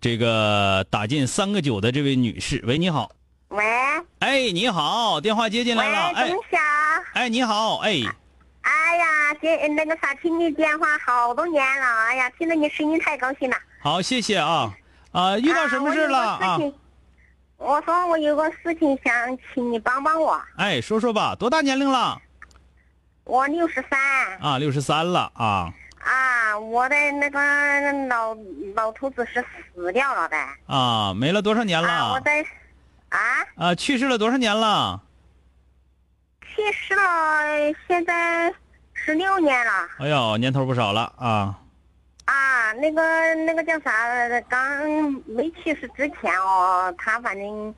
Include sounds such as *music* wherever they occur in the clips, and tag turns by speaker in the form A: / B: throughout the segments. A: 这个打进三个九的这位女士，喂，你好，
B: 喂，
A: 哎，你好，电话接进
B: 喂，
A: 来了，哎
B: 董，晓，
A: 哎，你好，哎，
B: 哎呀，这那个啥，听你电话好多年了，哎呀，听着你声音太高兴了。
A: 好，谢谢啊，啊，遇到什么事了
B: 啊
A: 啊？
B: 我有个事情？我说我有个事情想请你帮帮我，
A: 哎，说说吧，多大年龄了？
B: 我六十三
A: 啊，六十三了啊
B: 啊，我的那个老老头子是死掉了的
A: 啊，没了多少年了？
B: 啊，我在啊
A: 啊，去世了多少年了？
B: 去世了，现在十六年了
A: 哎呦，年头不少了啊！
B: 啊，那个那个叫啥，刚没去世之前哦，他反正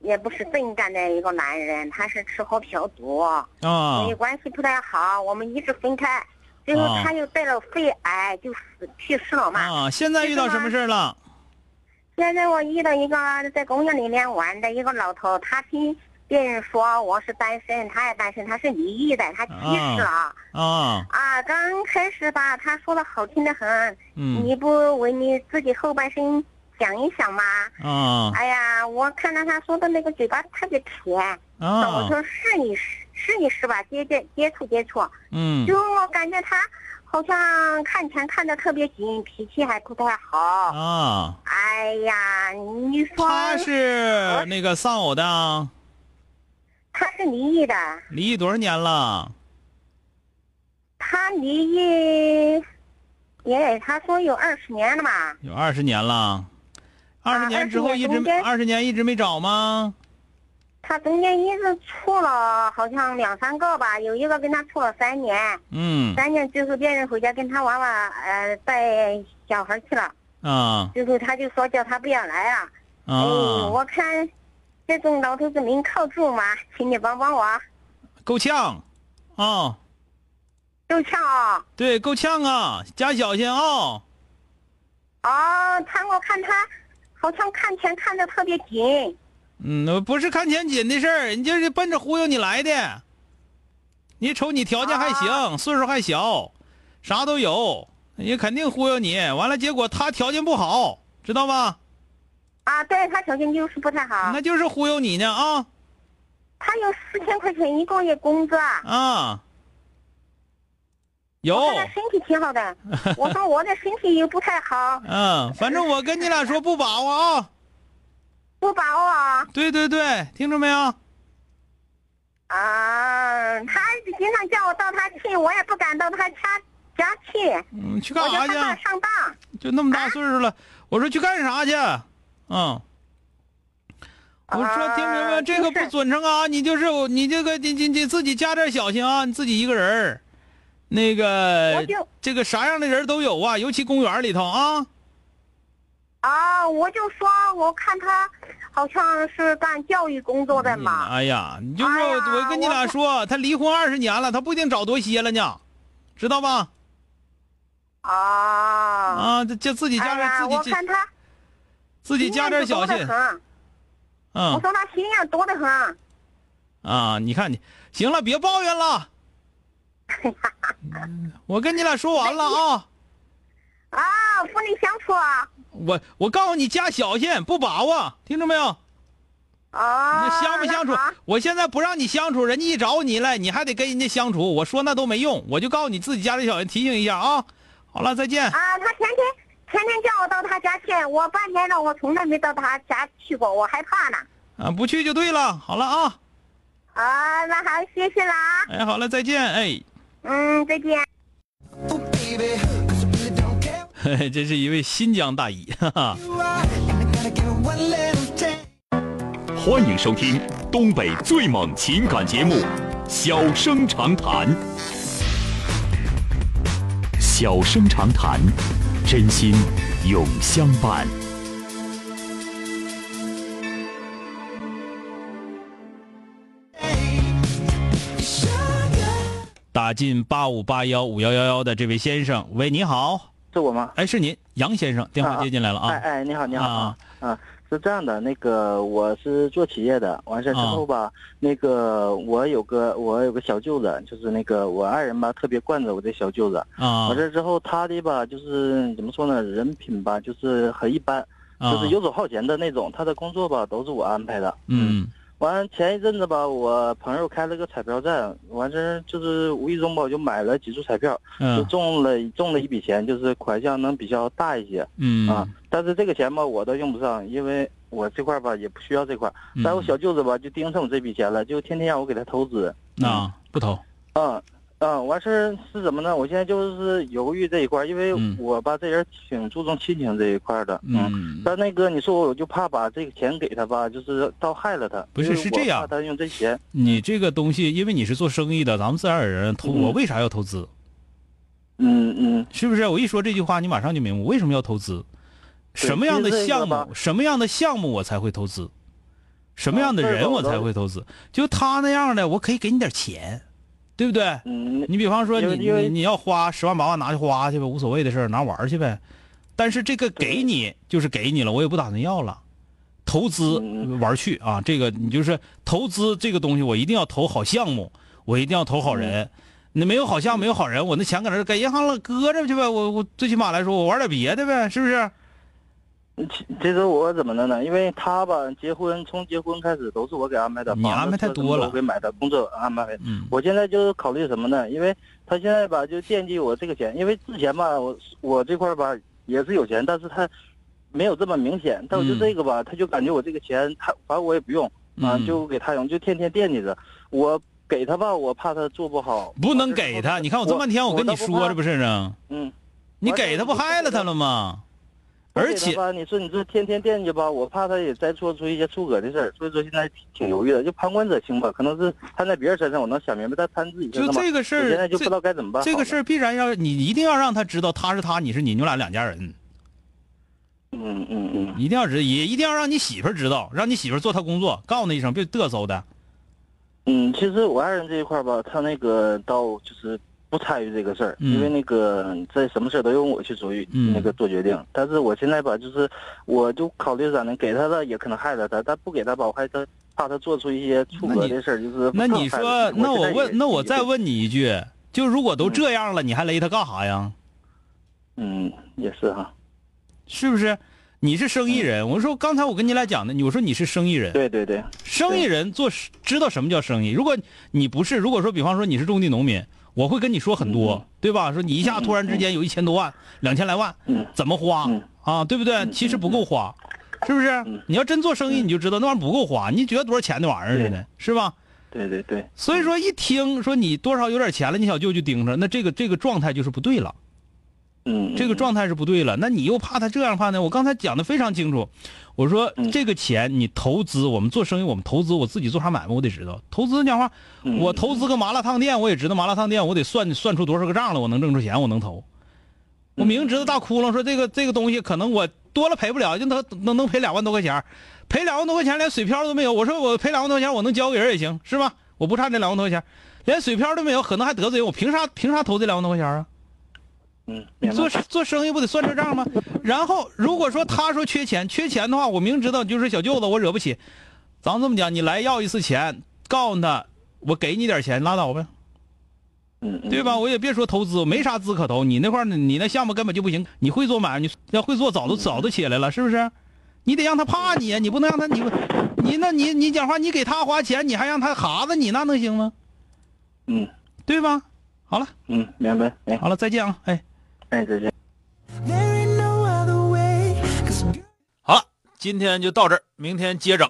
B: 也不是正干的一个男人，他是吃喝嫖赌，
A: 啊
B: 所以关系不太好，我们一直分开。最后
A: 啊
B: 他又得了肺癌，就死去世了嘛。
A: 啊！现在遇到什么事儿了？
B: 现在我遇到一个在公园里面玩的一个老头，他听别人说我是单身，他也单身，他是离异的，他去世了。啊
A: 啊，
B: 刚开始吧，他说的好听的很，
A: 嗯
B: 你不为你自己后半生想一想吗？
A: 啊
B: 哎呀，我看到他说的那个嘴巴特别甜，那我
A: 啊
B: 说试一试，试一试吧，接接接触接触。
A: 嗯
B: 就我感觉他好像看钱看的特别紧，脾气还不太好。
A: 啊，
B: 哎呀，你说
A: 他是那个丧偶的啊，
B: 他是离异的，
A: 离异多少年了？
B: 他离异也他说有二十年了吧？
A: 有二十年了，二十
B: 啊
A: 年之后
B: 20
A: 一
B: 年
A: 直
B: 中间
A: 二十年一直没找吗？
B: 他中间一直处了好像两三个吧，有一个跟他处了三年。
A: 嗯
B: 三年之后，别人回家跟他娃娃呃带小孩去了，
A: 啊
B: 最后他就说叫他不要来了。哎，
A: 啊，
B: 我看这种老头子能靠住吗？请你帮帮我，
A: 够呛啊，
B: 够呛哦。
A: 对，够呛啊，加小心啊
B: 哦，他我看他好像看钱看的特别紧。
A: 嗯，不是看钱紧的事儿，你就是奔着忽悠你来的。你瞅你条件还行，
B: 啊
A: 岁数还小，啥都有，也肯定忽悠你。完了，结果他条件不好，知道吧？
B: 啊，对他条件就是不太好
A: 那，就是忽悠你呢啊
B: 他有四千块钱一个月工资啊，
A: 啊！有，
B: 我看他身体挺
A: *laughs*
B: 好的，我说我的身体又不太好，
A: 嗯，反正我跟你俩说不把握啊。
B: 不把握啊，
A: 对对对，听着没有？
B: 啊，他经常叫我到他去，我也不敢到他家家去，
A: 嗯，去
B: 我
A: 干
B: 就害怕
A: 啥去？
B: 上当。
A: 就那么大岁数了，我说去干啥去？嗯，我说听明白，
B: 啊
A: 这个
B: 就
A: 不
B: 是
A: 准成啊！你就是你这个你你你自己加点小心啊！你自己一个人儿，那
B: 我
A: 个
B: 就
A: 这个啥样的人都有啊，尤其公园里头啊。
B: 啊，我就说，我看他好像是干教育工作的嘛。
A: 哎呀，你就是
B: 哎呀
A: 我跟你俩
B: 我
A: 说，他离婚二十年了，他不一定找多些了呢，知道吧？
B: 啊，
A: 啊，这这自己加
B: 哎呀，
A: 点
B: 我
A: 自己
B: 看他
A: 自己加点小
B: 心
A: 心
B: 眼，多得很我
A: 嗯
B: 说他心眼多得很。
A: 啊，你看你，行了，别抱怨
B: *laughs*
A: 了，嗯我跟你俩说完了啊。
B: 啊，不能相处啊。
A: 我我告诉你，加小心，不把握，听着没有？
B: 啊，
A: 那相不相处
B: 那好？
A: 我现在不让你相处，人家一找你来，你还得跟人家相处。我说那都没用，我就告诉你自己家里小心，提醒一下啊。好了，再见。
B: 啊，他前天前天叫我到他家去，我半天了，我从来没到他家去过，我害怕呢。
A: 啊，不去就对了。好了啊，
B: 啊，那好，谢谢了啊，
A: 哎，好了，再见，哎。 *laughs*
B: 嗯，再见。
C: Oh, baby, cause I really don't care
A: 嘿嘿，这是一位新疆大姨，哈哈。
C: who you are. And I gotta give it one last chance.
D: 欢迎收听东北最猛情感节目《小生长谈》。小生长谈，真心永相伴。
C: Sugar,
A: 打进八五八幺五幺幺幺的这位先生，喂，你好，
E: 是我吗？
A: 哎，是您，杨先生，电话接进来了
E: 哎
A: 啊，
E: 哎，你好，你好
A: 啊，
E: 啊，是这样的，那个我是做企业的，完事儿之后
A: 啊
E: 吧，那个我有个我有个小舅子，就是那个我爱人吧，特别惯着我这小舅子，
A: 啊
E: 完事儿之后他的吧，就是怎么说呢，人品吧就是很一般，
A: 啊，
E: 就是游手好闲的那种，他的工作吧都是我安排的，
A: 嗯
E: 完前一阵子吧，我朋友开了个彩票站，完事儿就是无意中吧，我就买了几注彩票，就
A: 嗯
E: 中了中了一笔钱，就是款项能比较大一些。啊
A: 嗯，，
E: 但是这个钱吧，我都用不上，因为我这块儿吧也不需要这块儿。
A: 嗯
E: 但我小舅子吧就盯上我这笔钱了，就天天让我给他投资。
A: 啊不投，
E: 啊啊，完事儿是怎么呢？我现在就是犹豫这一块儿，因为
A: 嗯
E: 我吧这人挺注重亲情这一块儿的。。
A: 嗯
E: 但那个你说我就怕把这个钱给他吧，就是到害了他。
A: 不是
E: 因为
A: 是
E: 我
A: 这样
E: 怕他用这钱。
A: 你这个东西，因为你是做生意的，咱们自然而然投，
E: 嗯
A: 我为啥要投资？
E: 嗯嗯，
A: 是不是？我一说这句话，你马上就明白我为什么要投资，
E: 对
A: 什么样
E: 其实
A: 的
E: 这
A: 项
E: 个吧
A: 目，什么样的项目我才会投资，什么样的
E: 啊这个
A: 人我
E: 我倒
A: 才
E: 是
A: 会投资。就他那样的，我可以给你点钱，对不对？
E: 嗯
A: *laughs* 你比方说
E: 因为
A: 你
E: 因为
A: 你你要花十万八万拿去花去呗，无所谓的事儿，拿玩儿去呗。但是这个给你就是给你了，我也不打算要了。投资
E: 嗯
A: 玩儿去啊，这个你就是投资这个东西，我一定要投好项目，我一定要投好
E: 嗯
A: 人。你没有好项目，没有好人，我那钱搁那儿给银行了搁着去呗。我我最起码来说，我玩点别的呗，是不是？
E: 其其实我怎么的呢？因为他吧，结婚从结婚开始都是我给安排的，
A: 你
E: 房子
A: 安排太
E: 车什么
A: 多
E: 都
A: 了
E: 我给买的，工作安排的。
A: 嗯
E: 我现在就是考虑什么呢？因为他现在吧，就惦记我这个钱，因为之前吧，我我这块儿吧也是有钱，但是他没有这么明显。但我就
A: 嗯
E: 这个吧，他就感觉我这个钱，他反正我也不用啊，
A: 嗯
E: 就给他用，就天天惦记着。我给他吧，我怕他做不好，
A: 不能给他。你看我这半天，我跟你说这不
E: 是，
A: 是呢，
E: 嗯。
A: 你给他不害了他了吗？而且
E: 吧，你说你这天天惦记吧，我怕他也再做出一些出格的事儿，所以说现在挺挺犹豫的。就旁观者清吧，可能是摊在别人身上，我能想明白，但摊自己身
A: 就
E: 上吧，
A: 这个事
E: 我现
A: 儿，
E: 在就不知道该怎么办。
A: 这个事
E: 儿，
A: 儿必然要你一定要让他知道他是他，你是你，你们俩两家人，
E: 嗯嗯嗯，
A: 一定要知，也一定要让你媳妇儿知道，让你媳妇儿做他工作，告诉他一声，别嘚瑟
E: *laughs*
A: 的。
E: 嗯，其实我爱人这一块吧，他那个到就是不参与这个事儿，
A: 嗯
E: 因为那个这什么事儿都用我去主意，
A: 嗯
E: 那个做决定。但是我现在吧，就是我就考虑咋呢，给他了也可能害了他，但不给他吧，我还他怕他做出一些出
A: 那
E: 格
A: 你
E: 的事儿，就是
A: 那
E: 更
A: 你
E: 害
A: 说
E: 了，他
A: 那
E: 现
A: 我
E: 在也
A: 问，那我
E: 也
A: 再问你一句，就如果都这样了，你还勒他干啥呀？
E: 嗯，也是哈。
A: 是不是？你是生意人，我说刚才我跟你俩讲的，我说你是生意人，
E: 嗯对对对，
A: 生意人做知道什么叫生意。如果你不是，如果说比方说你是种地农民，我会跟你说很
E: 嗯
A: 多，对吧？说你一下突然之间有一千多万、两千来万，
E: 嗯
A: 怎么花、
E: 嗯
A: 啊？对不对？其实不够花，是不是？你要真做生意，你就知道那玩意儿不够花，你觉得多少钱那玩意儿似的，是吧？
E: 对嗯对对，
A: 所以说一听说你多少有点钱了，你小舅就盯着，那这个这个状态就是不对了，
E: 嗯，
A: 这个状态是不对了。那你又怕他这样怕呢？我刚才讲的非常清楚，我说
E: 嗯
A: 这个钱你投资，我们做生意，我们投资，我自己做啥买卖我得知道。投资讲话，
E: 嗯
A: 我投资个麻辣烫店，我也知道麻辣烫店我得算算出多少个账来，我能挣出钱，我能投。我明知道大窟窿说这个这个东西可能我多了赔不了，就能能能赔两万多块钱儿，赔两万多块钱连水漂都没有。我说我赔两万多块钱我能交给人也行，是吧？我不差这两万多块钱，连水漂都没有，可能还得罪人，我凭啥凭啥投这两万多块钱啊？
E: 嗯，
A: 你
E: 明白
A: 做做生意不得算这账吗？然后如果说他说缺钱，缺钱的话，我明知道就是小舅子，我惹不起。咱这么讲，你来要一次钱，告诉他我给你点钱，拉倒呗，
E: 嗯嗯
A: 对吧？我也别说投资，我没啥资可投。你那块儿呢你那项目根本就不行，你会做买卖，你要会做早都早都起来了，是不是？你得让他怕你啊呀，你不能让他你你那你你讲话，你给他花钱，你还让他哈着你，那能行吗？
E: 嗯
A: 对吧？好了，
E: 嗯，明白，哎
A: 好了，再见啊，哎。
E: 哎，再见。
C: there ain't no other
A: 今天就到这儿，明天接整。